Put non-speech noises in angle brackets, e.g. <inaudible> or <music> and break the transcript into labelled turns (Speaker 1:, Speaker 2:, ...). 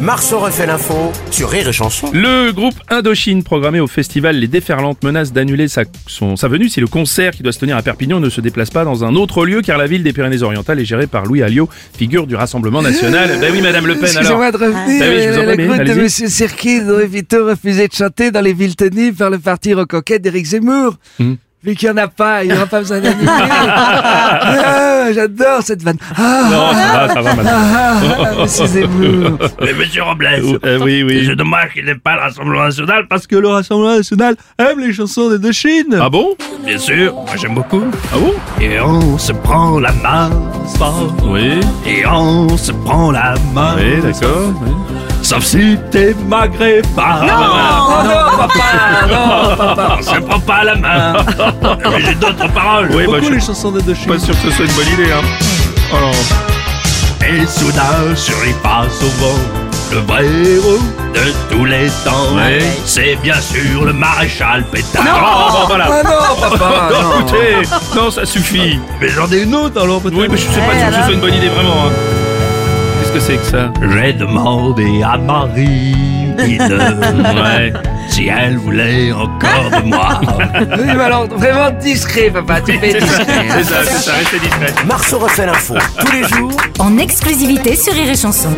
Speaker 1: Marceau refait l'info sur Rire et Chanson.
Speaker 2: Le groupe Indochine, programmé au festival Les Déferlantes, menace d'annuler sa, son- sa venue si le concert qui doit se tenir à Perpignan ne se déplace pas dans un autre lieu, car la ville des Pyrénées-Orientales est gérée par Louis Alliot, figure du Rassemblement National. ben oui, Madame Le Pen, alors.
Speaker 3: Excusez-moi de revenir. euh,
Speaker 2: Bah oui, je vous en
Speaker 3: la
Speaker 2: prie, mais
Speaker 3: goutte de
Speaker 2: allez-y.
Speaker 3: Monsieur Serkin aurait plutôt refusé de chanter dans les villes tenues par le parti rocoquet d'Éric Zemmour.
Speaker 2: Hmm.
Speaker 3: Vu qu'il n'y en a pas, il n'y aura pas
Speaker 2: <laughs>
Speaker 3: besoin d'annuler. Ah, J'adore cette vanne. Ah,
Speaker 2: Non, ça va, ça va, madame.
Speaker 3: ah, ah,
Speaker 2: <laughs>
Speaker 3: monsieur Zemmour.
Speaker 4: Mais monsieur Robles,
Speaker 2: Euh, oui, oui.
Speaker 4: ah. c'est dommage qu'il n'aime pas le Rassemblement National parce que le Rassemblement National aime les chansons de Chine.
Speaker 2: Ah bon
Speaker 4: Bien sûr, moi j'aime beaucoup.
Speaker 2: Ah bon
Speaker 4: Et on se prend la main, sport.
Speaker 2: Oui,
Speaker 4: Et on se prend la main.
Speaker 2: oui, d'accord. oui.
Speaker 4: Sauf si t'es maghrébin.
Speaker 3: Oh non, papa, non, papa.
Speaker 4: On se prend pas la main.
Speaker 2: <laughs>
Speaker 4: Mais j'ai d'autres paroles.
Speaker 2: Oui, bah, je-
Speaker 4: chansons de
Speaker 2: Je suis pas sûr que ce soit une bonne idée, hein. Oh non.
Speaker 4: Et soudain, sur les pas souvent, le vrai héros de tous les temps,
Speaker 2: Ouais.
Speaker 4: c'est bien sûr le maréchal Pétain.
Speaker 2: Oh, bon, voilà.
Speaker 3: Ah non, papa, non.
Speaker 2: Oh, Écoutez, non, ça suffit.
Speaker 4: Mais j'en ai une autre alors peut-être.
Speaker 2: Oui, mais je sais pas sûr que ce soit une bonne idée, vraiment. hein. Qu'est-ce que c'est que ça
Speaker 4: J'ai demandé à Marie
Speaker 2: Ouais.
Speaker 4: si elle voulait encore de moi.
Speaker 3: Oui, mais alors, vraiment discret, papa. Tu
Speaker 2: <laughs>
Speaker 3: fais discret.
Speaker 2: C'est ça, c'est ça, restez discret.
Speaker 1: Marceau refait l'info tous les jours
Speaker 5: en exclusivité sur Rire et Chanson.